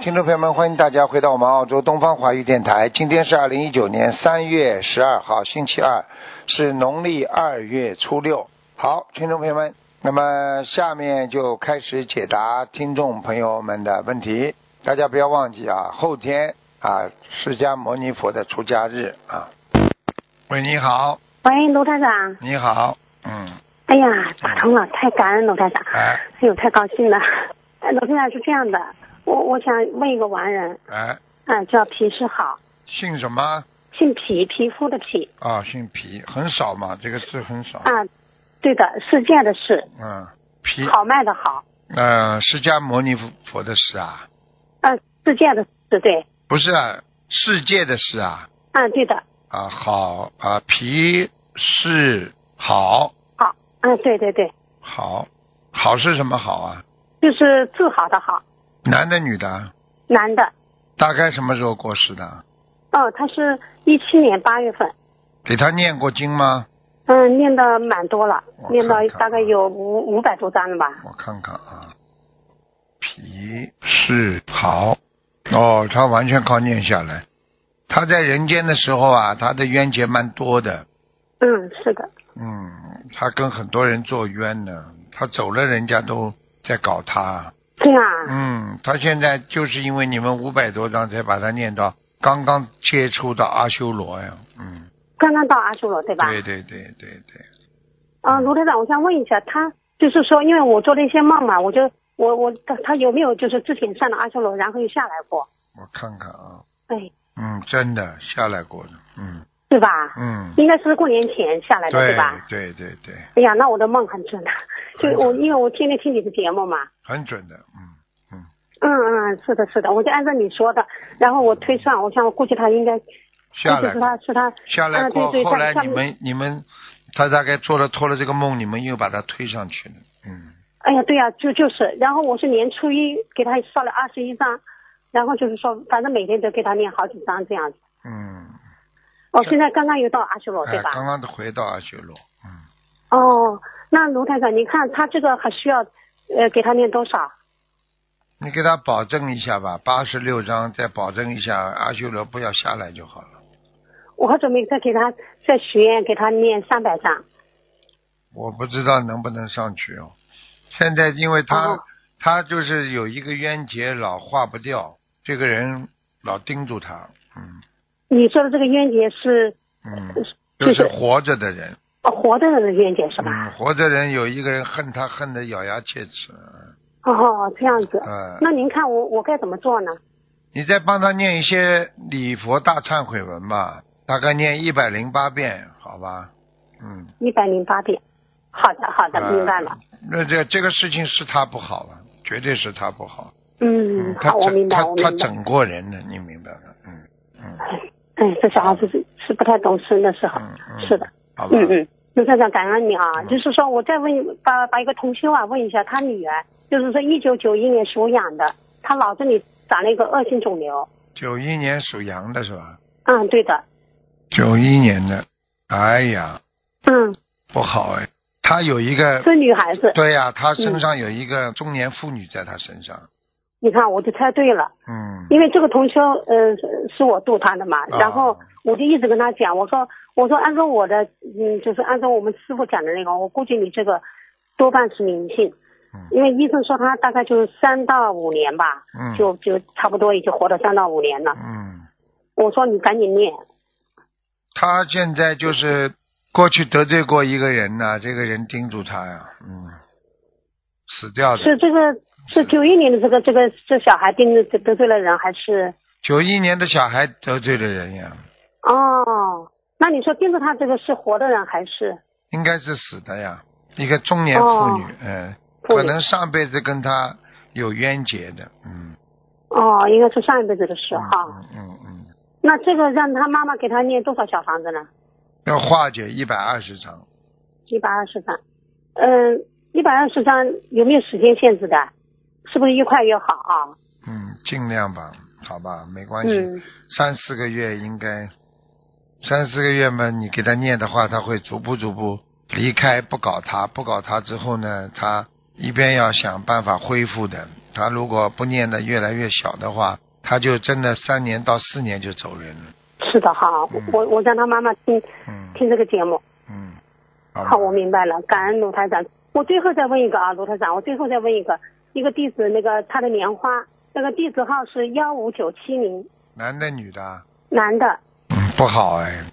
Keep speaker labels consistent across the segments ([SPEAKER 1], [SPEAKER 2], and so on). [SPEAKER 1] 听众朋友们，欢迎大家回到我们澳洲东方华语电台。今天是二零一九年三月十二号，星期二，是农历二月初六。好，听众朋友们，那么下面就开始解答听众朋友们的问题。大家不要忘记啊，后天啊，释迦牟尼佛的出家日啊。喂，你好，
[SPEAKER 2] 喂，卢台长，
[SPEAKER 1] 你好，嗯，
[SPEAKER 2] 哎呀，打通了，太感恩卢台长，
[SPEAKER 1] 哎
[SPEAKER 2] 哎呦，太高兴了。哎，卢台长是这样的，我我想问一个完人，
[SPEAKER 1] 哎，
[SPEAKER 2] 哎，叫皮是好，
[SPEAKER 1] 姓什么？
[SPEAKER 2] 姓皮，皮肤的皮
[SPEAKER 1] 啊，姓皮，很少嘛，这个字很少。
[SPEAKER 2] 啊，对的，事件的事，
[SPEAKER 1] 嗯，皮，
[SPEAKER 2] 好卖的好，
[SPEAKER 1] 呃，释迦牟尼佛的事啊，
[SPEAKER 2] 啊，事件的事对，
[SPEAKER 1] 不是啊，世界的事啊，
[SPEAKER 2] 啊，对的，
[SPEAKER 1] 啊好啊，皮是好，
[SPEAKER 2] 好，啊，对对对，
[SPEAKER 1] 好，好是什么好啊？
[SPEAKER 2] 就是治好的好，
[SPEAKER 1] 男的女的啊？
[SPEAKER 2] 男的，
[SPEAKER 1] 大概什么时候过世的？啊
[SPEAKER 2] 哦，他是一七年八月份，
[SPEAKER 1] 给他念过经吗？
[SPEAKER 2] 嗯，念的蛮多了
[SPEAKER 1] 我，
[SPEAKER 2] 念到
[SPEAKER 1] 看看
[SPEAKER 2] 大概
[SPEAKER 1] 啊
[SPEAKER 2] 有五五百多张了吧，
[SPEAKER 1] 我看看啊，皮是好，哦，他完全靠念下来。他在人间的时候啊，他的冤结蛮多的，
[SPEAKER 2] 嗯，是的，
[SPEAKER 1] 嗯，他跟很多人做冤呢，他走了，人家都在搞他。
[SPEAKER 2] 对啊，
[SPEAKER 1] 嗯，他现在就是因为你们五百多章才把他念到刚刚接触到阿修罗呀，嗯，
[SPEAKER 2] 刚刚到阿修罗对吧？
[SPEAKER 1] 对对对对对，
[SPEAKER 2] 啊，卢台长，我想问一下，他就是说，因为我做了一些梦嘛，我就我我他他有没有就是之前上了阿修罗，然后又下来过？
[SPEAKER 1] 我看看啊，
[SPEAKER 2] 哎，
[SPEAKER 1] 嗯，真的下来过的，嗯
[SPEAKER 2] 对吧？
[SPEAKER 1] 嗯，
[SPEAKER 2] 应该是过年前下来的，
[SPEAKER 1] 对
[SPEAKER 2] 吧？
[SPEAKER 1] 对对对，
[SPEAKER 2] 哎呀，那我的梦很准的， 就我因为我天天听你的节目嘛。
[SPEAKER 1] 很准的，嗯嗯，
[SPEAKER 2] 嗯嗯，是的，是的，我就按照你说的，然后我推算，我想我估计他应该，
[SPEAKER 1] 下来
[SPEAKER 2] 是
[SPEAKER 1] 过
[SPEAKER 2] 他是他
[SPEAKER 1] 下来过，
[SPEAKER 2] 啊对对
[SPEAKER 1] 后来
[SPEAKER 2] 他
[SPEAKER 1] 你们你们他大概做了托了这个梦，你们又把他推上去了，嗯。
[SPEAKER 2] 哎呀，对呀、就就是，然后我是年初一给他烧了二十一张，然后就是说，反正每天都给他念好几张这样子。
[SPEAKER 1] 嗯，
[SPEAKER 2] 哦，现在刚刚又到阿修罗哦对
[SPEAKER 1] 哎，
[SPEAKER 2] 吧？
[SPEAKER 1] 刚刚回到阿修罗，嗯，
[SPEAKER 2] 哦，那卢台长，你看他这个还需要呃给他念多少？
[SPEAKER 1] 你给他保证一下吧，八十六章再保证一下，阿修罗不要下来就好了。
[SPEAKER 2] 我还准备再给他再许愿给他念三百张。
[SPEAKER 1] 我不知道能不能上去哦。现在因为他、
[SPEAKER 2] 哦
[SPEAKER 1] 他就是有一个冤结老化不掉，这个人老盯住他，嗯
[SPEAKER 2] 你说的这个冤结是
[SPEAKER 1] 嗯，就
[SPEAKER 2] 就是
[SPEAKER 1] 是活着的人，
[SPEAKER 2] 哦活的人的冤结是
[SPEAKER 1] 嗯，
[SPEAKER 2] 吧？
[SPEAKER 1] 活着人有一个人恨他恨得咬牙切齿，嗯
[SPEAKER 2] 哦，这样子。
[SPEAKER 1] 呃，
[SPEAKER 2] 那您看我我该怎么做呢？
[SPEAKER 1] 你再帮他念一些礼佛大忏悔文吧，大概念一百零八遍，好吧？嗯。
[SPEAKER 2] 一百零八遍。好的，好
[SPEAKER 1] 啊
[SPEAKER 2] 的，明白了。
[SPEAKER 1] 嗯那这这个事情是他不好了，绝对是他不好。啊
[SPEAKER 2] 嗯，
[SPEAKER 1] 他
[SPEAKER 2] 好，我
[SPEAKER 1] 整
[SPEAKER 2] 明白，我
[SPEAKER 1] 他他
[SPEAKER 2] 明白。
[SPEAKER 1] 整过人的，你明白吗？嗯嗯
[SPEAKER 2] 哎，这小孩子是是不太懂事，那时候、
[SPEAKER 1] 嗯嗯，
[SPEAKER 2] 是的。
[SPEAKER 1] 好吧。嗯
[SPEAKER 2] 嗯嗯，卢站长，感恩你啊！就是说我再问把把一个同修啊问一下，他女儿就是说一九九一年属羊的，她脑子里长了一个恶性肿瘤。
[SPEAKER 1] 九一年属羊的是吧？
[SPEAKER 2] 嗯，对的，
[SPEAKER 1] 九一年的，哎呀，
[SPEAKER 2] 嗯，
[SPEAKER 1] 不好哎。他有一个，
[SPEAKER 2] 是嗯女孩子。
[SPEAKER 1] 呃对呀、他身上有一个中年妇女在他身上。
[SPEAKER 2] 你看，我就猜对了，
[SPEAKER 1] 嗯，
[SPEAKER 2] 因为这个同修，呃，是是我度他的嘛，
[SPEAKER 1] 啊
[SPEAKER 2] 然后我就一直跟他讲，我说，我说按照我的，嗯，就是按照我们师傅讲的那个，我估计你这个多半是灵性
[SPEAKER 1] 嗯，
[SPEAKER 2] 因为医生说他大概就是三到五年吧，
[SPEAKER 1] 嗯
[SPEAKER 2] 就就差不多也就活到三到五年了。
[SPEAKER 1] 嗯，
[SPEAKER 2] 我说你赶紧念，
[SPEAKER 1] 他现在就是过去得罪过一个人呐、这个人叮嘱他呀，嗯，死掉的。
[SPEAKER 2] 是这个是九一年的这个这个这小孩盯着得得罪了人还是？
[SPEAKER 1] 九一年的小孩得罪了人呀，
[SPEAKER 2] 哦，那你说盯着他这个是活的人还是？
[SPEAKER 1] 应该是死的呀，一个中年妇女，
[SPEAKER 2] 哦
[SPEAKER 1] 嗯，
[SPEAKER 2] 妇女
[SPEAKER 1] 可能上辈子跟他有冤结的，嗯，
[SPEAKER 2] 哦，应该是上一辈子的事哈、
[SPEAKER 1] 嗯嗯嗯，
[SPEAKER 2] 那这个让他妈妈给他念多少小房子呢？
[SPEAKER 1] 要化解一百二十章，
[SPEAKER 2] 一百二十张。嗯，一百二十张有没有时间限制的？是不是越快越好啊？
[SPEAKER 1] 嗯，尽量吧，好吧，没关系，
[SPEAKER 2] 嗯，
[SPEAKER 1] 三四个月应该，三四个月嘛，你给他念的话，他会逐步逐步离开，不搞他，不搞他之后呢，他一边要想办法恢复的，他如果不念的越来越小的话，他就真的三年到四年就走人了。
[SPEAKER 2] 是的哈，
[SPEAKER 1] 嗯
[SPEAKER 2] 我我让他妈妈听
[SPEAKER 1] 嗯
[SPEAKER 2] 听这个节目。
[SPEAKER 1] 嗯，
[SPEAKER 2] 好，
[SPEAKER 1] 好吧，
[SPEAKER 2] 我明白了，感恩罗台长。我最后再问一个啊，罗台长，我最后再问一个，一个弟子那个他的莲花，那个地址号是幺五九七零，
[SPEAKER 1] 男的女的啊？
[SPEAKER 2] 男的，
[SPEAKER 1] 嗯，不好哎，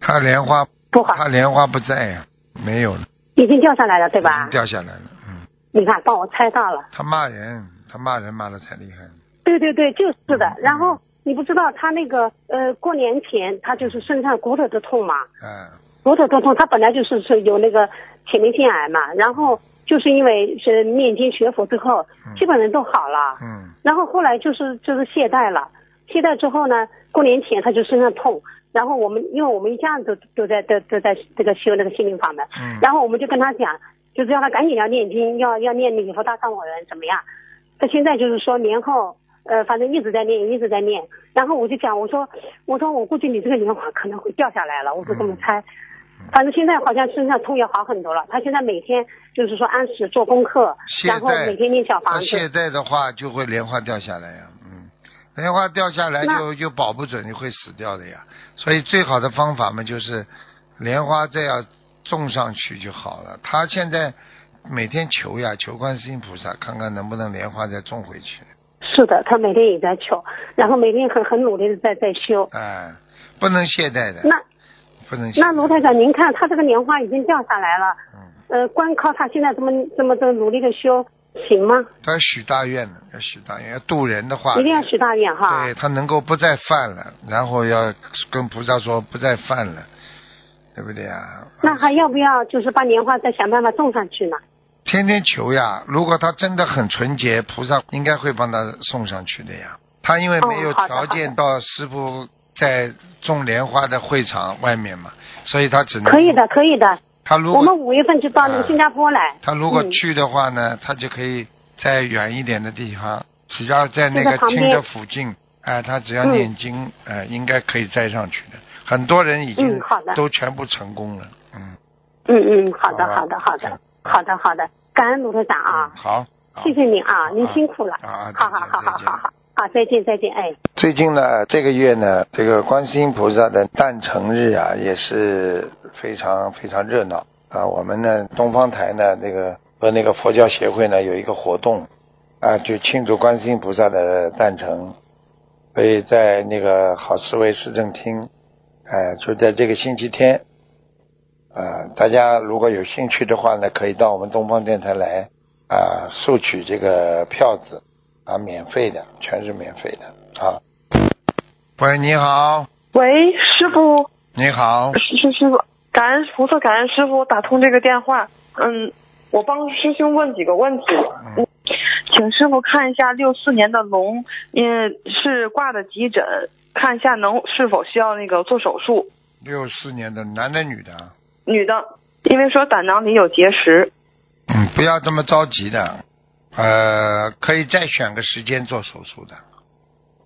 [SPEAKER 1] 他莲花
[SPEAKER 2] 不好，
[SPEAKER 1] 他莲花不在呀、没有了，
[SPEAKER 2] 已经掉下来了，对
[SPEAKER 1] 已
[SPEAKER 2] 吧
[SPEAKER 1] 经？掉下来了。嗯，
[SPEAKER 2] 你看，帮我猜到了，
[SPEAKER 1] 他骂人，他骂人骂的太厉害了。
[SPEAKER 2] 对对对，就是的。然后你不知道他那个呃，过年前他就是身上骨头都痛嘛，
[SPEAKER 1] 嗯
[SPEAKER 2] 骨头都痛，他本来就是是有那个前列腺癌嘛，然后就是因为是念经学佛之后，基本上都好了。
[SPEAKER 1] 嗯
[SPEAKER 2] 然后后来就是就是懈怠了，懈怠之后呢，过年前他就身上痛，然后我们因为我们一家人都都在都都在这个修那个心灵法门，
[SPEAKER 1] 嗯
[SPEAKER 2] 然后我们就跟他讲，就是让他赶紧要念经，要要念礼佛大忏悔文怎么样？他现在就是说年后。呃，反正一直在念，一直在念。然后我就讲，我说，我说我估计你这个莲花可能会掉下来了，我就这么猜。反正现在好像身上痛也好很多了。他现在每天就是说按时做功课，
[SPEAKER 1] 懈
[SPEAKER 2] 然后
[SPEAKER 1] 怠
[SPEAKER 2] 每天念小
[SPEAKER 1] 他
[SPEAKER 2] 房子。
[SPEAKER 1] 懈怠的话，就会莲花掉下来呀、嗯，莲花掉下来
[SPEAKER 2] 那
[SPEAKER 1] 就就保不准你会死掉的呀。所以最好的方法嘛，就是莲花这样种上去就好了。他现在每天求呀，求观世音菩萨，看看能不能莲花再种回去。
[SPEAKER 2] 是的，他每天也在求，然后每天很很努力的在在修。
[SPEAKER 1] 哎，不能懈怠的，
[SPEAKER 2] 那
[SPEAKER 1] 不能懈
[SPEAKER 2] 那卢
[SPEAKER 1] 怠。
[SPEAKER 2] 台长，您看他这个莲花已经掉下来了，
[SPEAKER 1] 嗯
[SPEAKER 2] 呃，光靠他现在这么这么的努力的修，行吗？
[SPEAKER 1] 他许大愿呢，要许大愿，要渡人的话，
[SPEAKER 2] 一定要许大愿哈
[SPEAKER 1] 啊对。他能够不再犯了，然后要跟菩萨说不再犯了，对不对啊？
[SPEAKER 2] 那还要不要就是把莲花再想办法种上去呢？
[SPEAKER 1] 天天求呀，如果他真的很纯洁，菩萨应该会帮他送上去的呀。他因为没有
[SPEAKER 2] 哦好的
[SPEAKER 1] 条件到师傅在种莲花的会场外面嘛，所以他只能
[SPEAKER 2] 可以。的，可以的。
[SPEAKER 1] 他嗯如
[SPEAKER 2] 我们
[SPEAKER 1] 果
[SPEAKER 2] 五月份就到那个
[SPEAKER 1] 啊
[SPEAKER 2] 新加坡来。
[SPEAKER 1] 他如果
[SPEAKER 2] 嗯
[SPEAKER 1] 去的话呢，他就可以在远一点的地方，只要在那个
[SPEAKER 2] 就在旁
[SPEAKER 1] 厅
[SPEAKER 2] 边
[SPEAKER 1] 的附近，哎、他只要念经，哎、应该可以摘上去的。很多人已经
[SPEAKER 2] 嗯好的
[SPEAKER 1] 都全部成功了，嗯，
[SPEAKER 2] 嗯嗯，好的，
[SPEAKER 1] 好吧
[SPEAKER 2] 好的，好
[SPEAKER 1] 行
[SPEAKER 2] 的，好的，好的。感恩卢台长啊，
[SPEAKER 1] 好，好
[SPEAKER 2] 谢谢你啊，您
[SPEAKER 1] 啊
[SPEAKER 2] 辛苦了。
[SPEAKER 1] 啊，
[SPEAKER 2] 好好
[SPEAKER 1] 再
[SPEAKER 2] 好
[SPEAKER 1] 见
[SPEAKER 2] 好
[SPEAKER 1] 再见
[SPEAKER 2] 好好，好，再见再见，哎。
[SPEAKER 1] 最近呢，这个月呢，这个观世音菩萨的诞辰日啊，也是非常非常热闹啊。我们呢，东方台呢，那个和那个佛教协会呢有一个活动啊，就庆祝观世音菩萨的诞辰，所以在那个好思维市政厅，哎、就在这个星期天，啊，大家如果有兴趣的话呢，可以到我们东方电台来啊，索取这个票子啊，免费的，全是免费的啊。喂，你好，
[SPEAKER 3] 喂，师傅，
[SPEAKER 1] 你好，
[SPEAKER 3] 师师师傅，感恩菩萨，感恩师傅打通这个电话。嗯，我帮师兄问几个问题，
[SPEAKER 1] 嗯
[SPEAKER 3] 请师傅看一下六四年的龙，嗯，是挂的急诊，看一下能是否需要那个做手术。
[SPEAKER 1] 六四年的男的女的啊？
[SPEAKER 3] 女的，因为说胆囊里有结石。
[SPEAKER 1] 嗯，不要这么着急的，呃，可以再选个时间做手术的，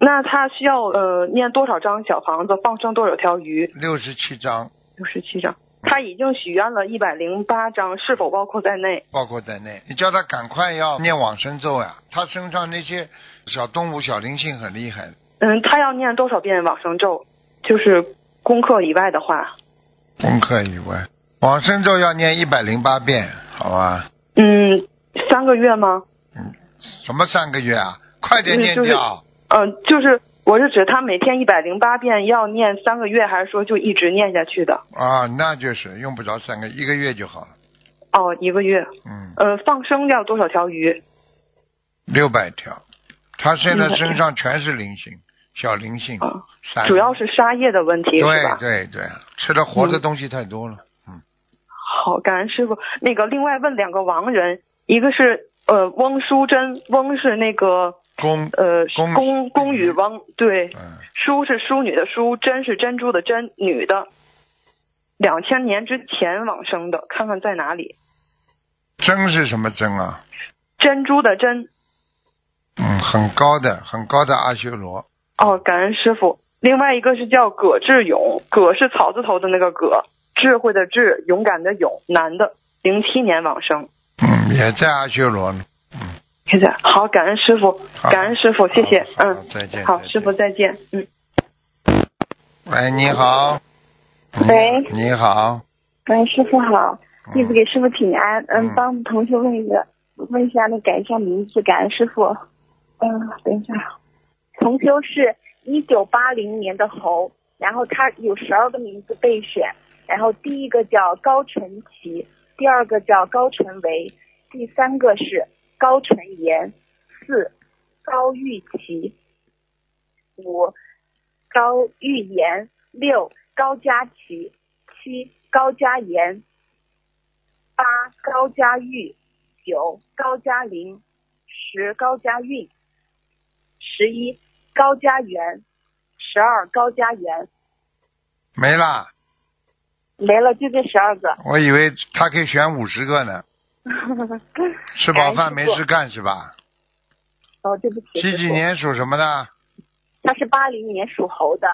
[SPEAKER 3] 那她需要呃念多少张小房子，放生多少条鱼？
[SPEAKER 1] 六十七张
[SPEAKER 3] 六十七张。她已经许愿了一百零八张，是否包括在内？
[SPEAKER 1] 包括在内。你叫他赶快要念往生咒呀、他身上那些小动物、小灵性很厉害的，
[SPEAKER 3] 嗯，她要念多少遍往生咒？就是功课以外的话。
[SPEAKER 1] 功课以外，往生咒要念一百零八遍，好吧？
[SPEAKER 3] 嗯，三个月吗？
[SPEAKER 1] 什么三个月啊？快点念
[SPEAKER 3] 嗯就是
[SPEAKER 1] 掉。
[SPEAKER 3] 嗯、就是我是指他每天一百零八遍要念三个月，还是说就一直念下去的？
[SPEAKER 1] 啊，那就是用不着三个，一个月就好了。
[SPEAKER 3] 哦，一个月。
[SPEAKER 1] 嗯，
[SPEAKER 3] 呃，放生要多少条鱼？
[SPEAKER 1] 六百条，他现在
[SPEAKER 3] 600
[SPEAKER 1] 身上全是灵性，小灵性
[SPEAKER 3] 啊，
[SPEAKER 1] 散
[SPEAKER 3] 主要是沙叶的问题
[SPEAKER 1] 对
[SPEAKER 3] 是吧？嗯
[SPEAKER 1] 对对，吃的活的东西太多了。
[SPEAKER 3] 好，感恩师傅。那个另外问两个亡人，一个是呃翁淑珍，翁是那个
[SPEAKER 1] 公，
[SPEAKER 3] 呃
[SPEAKER 1] 翁
[SPEAKER 3] 公公与翁，对，
[SPEAKER 1] 嗯，
[SPEAKER 3] 淑是淑女的淑，珍是珍珠的珍，女的，两千年之前往生的，看看在哪里。
[SPEAKER 1] 针是什么针啊？
[SPEAKER 3] 珍珠的珍。
[SPEAKER 1] 嗯，很高的，很高的阿修罗。
[SPEAKER 3] 哦，感恩师傅。另外一个是叫葛志勇，葛是草字头的那个葛，智慧的智，勇敢的勇，男的，零七年往生，
[SPEAKER 1] 嗯，也在阿修罗呢。嗯，
[SPEAKER 3] 谢谢。好，感恩师傅，
[SPEAKER 1] 好
[SPEAKER 3] 感恩师傅，谢谢。
[SPEAKER 1] 好
[SPEAKER 3] 嗯，
[SPEAKER 1] 再见
[SPEAKER 3] 好，
[SPEAKER 1] 再
[SPEAKER 3] 师傅
[SPEAKER 1] 见
[SPEAKER 3] 再见。嗯，
[SPEAKER 1] 喂，你好。你
[SPEAKER 4] 喂
[SPEAKER 1] 你好。
[SPEAKER 4] 喂，师傅好，
[SPEAKER 1] 嗯
[SPEAKER 4] 弟子给师傅请安。
[SPEAKER 1] 嗯
[SPEAKER 4] 嗯，帮同学问一个，问一下那改一下名字，感恩师傅。嗯，等一下，同修是一九八零年的猴，然后他有十二个名字备选，然后第一个叫高晨奇，第二个叫高晨维，第三个是高晨言，四高玉琪，五高玉言，六高佳琪，七高佳言，八高佳玉，九高佳玲，十高佳韵，十一高佳媛，十二高佳媛，
[SPEAKER 1] 没啦，
[SPEAKER 4] 没了就这十二个。
[SPEAKER 1] 我以为他可以选五十个呢。吃饱饭没事干是吧？
[SPEAKER 4] 哦，对不起，
[SPEAKER 1] 几
[SPEAKER 4] 师
[SPEAKER 1] 几
[SPEAKER 4] 傅？
[SPEAKER 1] 年属什么的？
[SPEAKER 4] 他是八零年属猴的，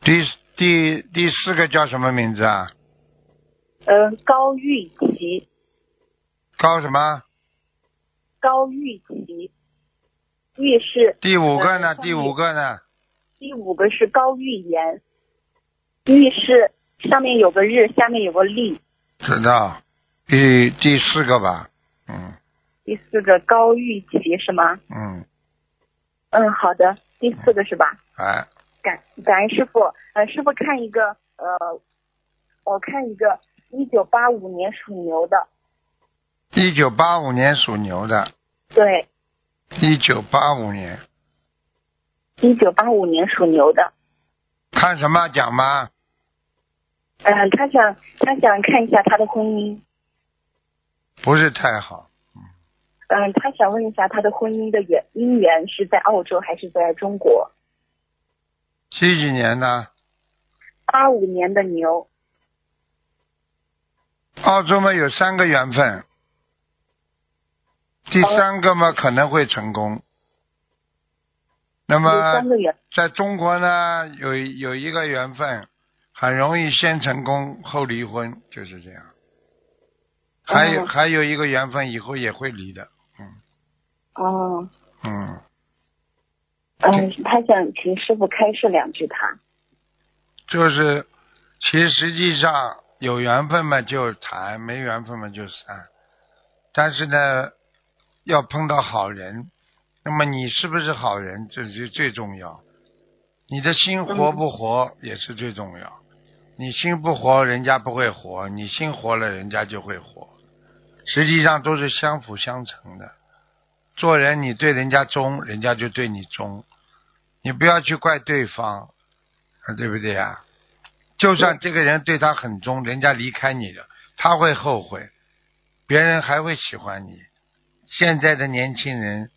[SPEAKER 1] 第第第四个叫什么名字啊？
[SPEAKER 4] 嗯、高玉琪，
[SPEAKER 1] 高什么？
[SPEAKER 4] 高玉琪，玉是
[SPEAKER 1] 第五个呢？
[SPEAKER 4] 呃
[SPEAKER 1] 第五个呢？
[SPEAKER 4] 第五个是高玉言，玉是上面有个日，下面有个立。
[SPEAKER 1] 知道。第第四个吧。嗯
[SPEAKER 4] 第四个高玉琪是吗？
[SPEAKER 1] 嗯，
[SPEAKER 4] 嗯，好的，第四个是吧？
[SPEAKER 1] 哎，
[SPEAKER 4] 感感恩师傅，呃，师傅看一个，呃，我看一个一九八五年属牛的，
[SPEAKER 1] 一九八五年属牛的，
[SPEAKER 4] 对，
[SPEAKER 1] 一九八五年，
[SPEAKER 4] 一九八五年属牛的，
[SPEAKER 1] 看什么讲吗？
[SPEAKER 4] 嗯、他想他想看一下他的婚姻，
[SPEAKER 1] 不是太好，
[SPEAKER 4] 嗯、他想问一下他的婚姻的缘姻缘是在澳洲还是在中国？
[SPEAKER 1] 几几年呢？
[SPEAKER 4] 八五年的牛，
[SPEAKER 1] 澳洲嘛有三个缘分，第三个嘛可能会成功。那
[SPEAKER 4] 有
[SPEAKER 1] 么
[SPEAKER 4] 三个缘，
[SPEAKER 1] 在中国呢，有有一个缘分，很容易先成功后离婚，就是这样。还有、
[SPEAKER 4] 哦
[SPEAKER 1] 还有一个缘分，以后也会离的。
[SPEAKER 4] 哦，
[SPEAKER 1] 嗯，
[SPEAKER 4] 嗯、他想请师傅开示两句他，
[SPEAKER 1] 就是其实实际上有缘分嘛就谈，没缘分嘛就散。但是呢，要碰到好人，那么你是不是好人，这就最重要。你的心活不活也是最重要。你心不活，人家不会活；你心活了，人家就会活。实际上都是相辅相成的。做人，你对人家忠，人家就对你忠。你不要去怪对方，啊，对不对呀、就算这个人对他很忠，人家离开你了，他会后悔，别人还会喜欢你。现在的年轻人，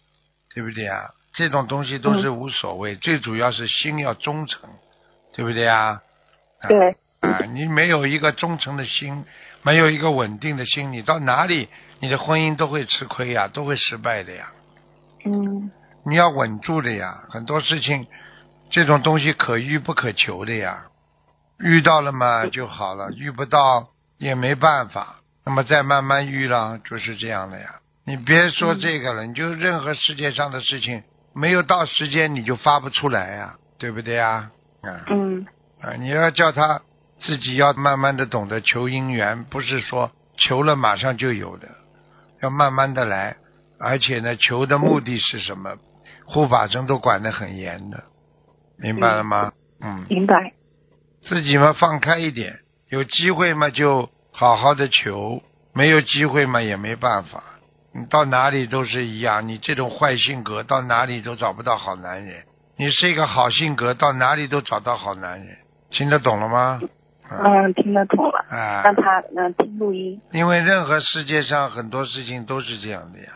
[SPEAKER 1] 对不对呀、这种东西都是无所谓，最主要是心要忠诚，对不对呀、啊？
[SPEAKER 4] 对。
[SPEAKER 1] 啊，你没有一个忠诚的心，没有一个稳定的心，你到哪里，你的婚姻都会吃亏呀，都会失败的呀。
[SPEAKER 4] 嗯
[SPEAKER 1] 你要稳住的呀，很多事情，这种东西可遇不可求的呀。遇到了嘛就好了，遇不到也没办法，那么再慢慢遇了，就是这样的呀。你别说这个了，你就任何世界上的事情，没有到时间你就发不出来呀，对不对呀？啊。
[SPEAKER 4] 嗯
[SPEAKER 1] 啊，你要叫他自己要慢慢的懂得求姻缘，不是说求了马上就有的，要慢慢的来。而且呢，求的目的是什么？护法神都管得很严的，明白了吗？嗯，
[SPEAKER 4] 明白。
[SPEAKER 1] 自己嘛放开一点，有机会嘛就好好的求，没有机会嘛也没办法。你到哪里都是一样，你这种坏性格到哪里都找不到好男人。你是一个好性格，到哪里都找到好男人，听得懂了吗？啊
[SPEAKER 4] 嗯，听得懂了。
[SPEAKER 1] 啊，
[SPEAKER 4] 让他嗯听录音。
[SPEAKER 1] 因为任何世界上很多事情都是这样的呀，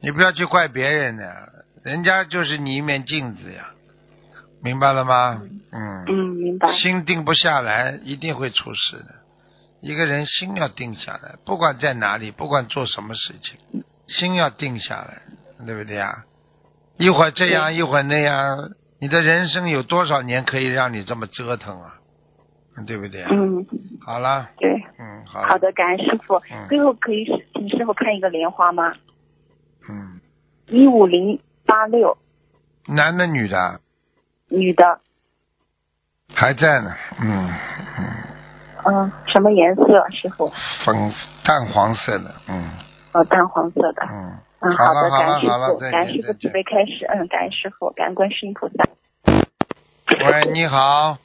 [SPEAKER 1] 你不要去怪别人呀，人家就是你一面镜子呀，明白了吗？嗯
[SPEAKER 4] 嗯，明白。
[SPEAKER 1] 心定不下来，一定会出事的。一个人心要定下来，不管在哪里，不管做什么事情，心要定下来，对不对呀？一会儿这样，一会儿那样，你的人生有多少年可以让你这么折腾啊？对不对呀？
[SPEAKER 4] 嗯，
[SPEAKER 1] 好了，
[SPEAKER 4] 对。
[SPEAKER 1] 嗯，好了，
[SPEAKER 4] 好的，感恩师傅
[SPEAKER 1] 嗯。
[SPEAKER 4] 最后可以请师傅看一个莲花吗？
[SPEAKER 1] 嗯，
[SPEAKER 5] 一五零八六，
[SPEAKER 1] 男的女的啊
[SPEAKER 5] 女的，
[SPEAKER 1] 还在呢，嗯嗯，
[SPEAKER 5] 嗯，什么颜色，师傅？
[SPEAKER 1] 粉淡黄色的，嗯
[SPEAKER 4] 哦
[SPEAKER 5] 呃，淡黄色的。
[SPEAKER 1] 嗯，
[SPEAKER 5] 嗯，
[SPEAKER 1] 好了
[SPEAKER 5] 的，
[SPEAKER 1] 好
[SPEAKER 5] 感
[SPEAKER 1] 了
[SPEAKER 5] 恩师
[SPEAKER 1] 好了
[SPEAKER 5] 傅，
[SPEAKER 1] 再
[SPEAKER 5] 感恩
[SPEAKER 1] 见
[SPEAKER 5] 师傅
[SPEAKER 1] 再见
[SPEAKER 5] 准备开始，嗯，感恩师傅，感恩观世音菩萨。
[SPEAKER 1] 喂，你好，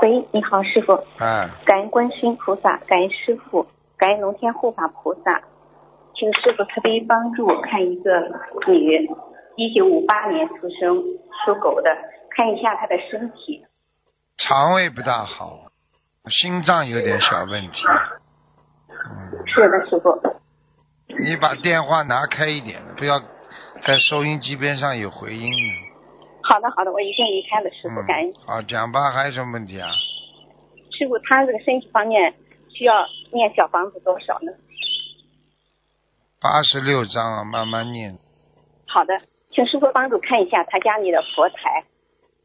[SPEAKER 4] 喂，你好，师傅，
[SPEAKER 1] 哎，
[SPEAKER 4] 感恩观世音菩萨，感恩师傅，感恩龙天护法菩萨，请师傅慈悲帮助我看一个女，一九五八年出生，属狗的，看一下她的身体，
[SPEAKER 1] 肠胃不大好，心脏有点小问题，
[SPEAKER 4] 是的，师傅，
[SPEAKER 1] 你把电话拿开一点，不要在收音机边上有回音的。
[SPEAKER 4] 好的好的，我一定离开了，师傅，感恩
[SPEAKER 1] 嗯，好，讲吧，还有什么问题啊？
[SPEAKER 4] 师傅，她这个身体方面需要念小房子多少呢？
[SPEAKER 1] 八十六章啊，慢慢念，
[SPEAKER 4] 好的，请师傅帮助看一下她家里的佛台，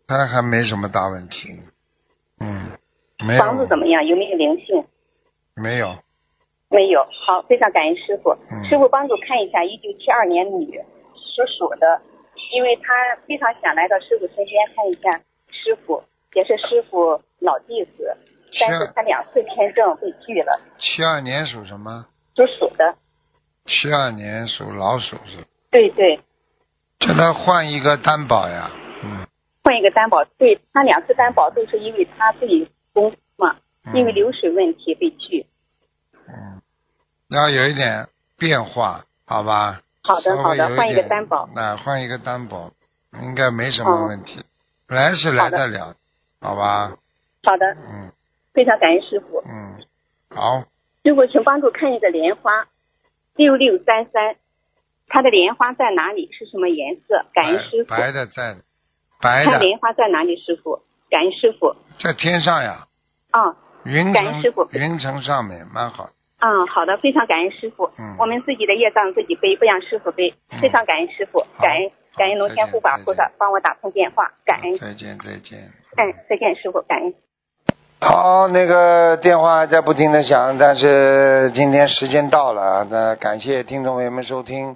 [SPEAKER 1] 他还没什么大问题。嗯，没有，
[SPEAKER 4] 房子怎么样，有没有灵性？
[SPEAKER 1] 没有，
[SPEAKER 4] 没有，好，非常感恩师傅。
[SPEAKER 1] 嗯
[SPEAKER 4] 师傅帮助看一下，一九七二年女，属鼠的，因为她非常想来到师傅身边看一下师傅，也是师傅老弟子，
[SPEAKER 1] 七
[SPEAKER 4] 但是
[SPEAKER 1] 二
[SPEAKER 4] 她两次签证被拒了。
[SPEAKER 1] 七二年属什么？
[SPEAKER 4] 属鼠的，
[SPEAKER 1] 七二年属老鼠是吧？
[SPEAKER 4] 对对，
[SPEAKER 1] 叫他换一个担保呀。嗯，
[SPEAKER 4] 换一个担保，对她两次担保都是因为她自己工作嘛，
[SPEAKER 1] 嗯
[SPEAKER 4] 因为流水问题被拒。
[SPEAKER 1] 要有一点变化，好吧？
[SPEAKER 4] 好的
[SPEAKER 1] 稍微
[SPEAKER 4] 好的
[SPEAKER 1] 有，
[SPEAKER 4] 换一个
[SPEAKER 1] 点
[SPEAKER 4] 担保。。哦
[SPEAKER 1] 那、换一个担保，应该没什么问题。来是来得了，好吧？
[SPEAKER 4] 好的，
[SPEAKER 1] 嗯
[SPEAKER 4] 非常感恩师傅。
[SPEAKER 1] 嗯，好，
[SPEAKER 4] 师傅，请帮助看一个莲花，六六三三，它的莲花在哪里？是什么颜色？感恩师傅。
[SPEAKER 1] 白白的在的，白
[SPEAKER 4] 看
[SPEAKER 1] 的
[SPEAKER 4] 莲花在哪里？师傅，感恩师傅。
[SPEAKER 1] 在天上呀，
[SPEAKER 4] 啊、
[SPEAKER 1] 云
[SPEAKER 4] 感恩
[SPEAKER 1] 层
[SPEAKER 4] 师傅
[SPEAKER 1] 云层上面蛮好。
[SPEAKER 4] 嗯，好的，非常感恩师傅。
[SPEAKER 1] 嗯
[SPEAKER 4] 我们自己的业障自己背，不让师傅背
[SPEAKER 1] 嗯。
[SPEAKER 4] 非常感恩师傅，感恩
[SPEAKER 1] 好
[SPEAKER 4] 感恩龙天护法
[SPEAKER 1] 再见
[SPEAKER 4] 菩萨
[SPEAKER 1] 再见
[SPEAKER 4] 帮我打通电话，感恩。
[SPEAKER 1] 再见再见。
[SPEAKER 4] 嗯，再见，师傅，感恩。
[SPEAKER 1] 好，那个电话还在啊不停的响，但是今天时间到了，那感谢听众朋友们收听。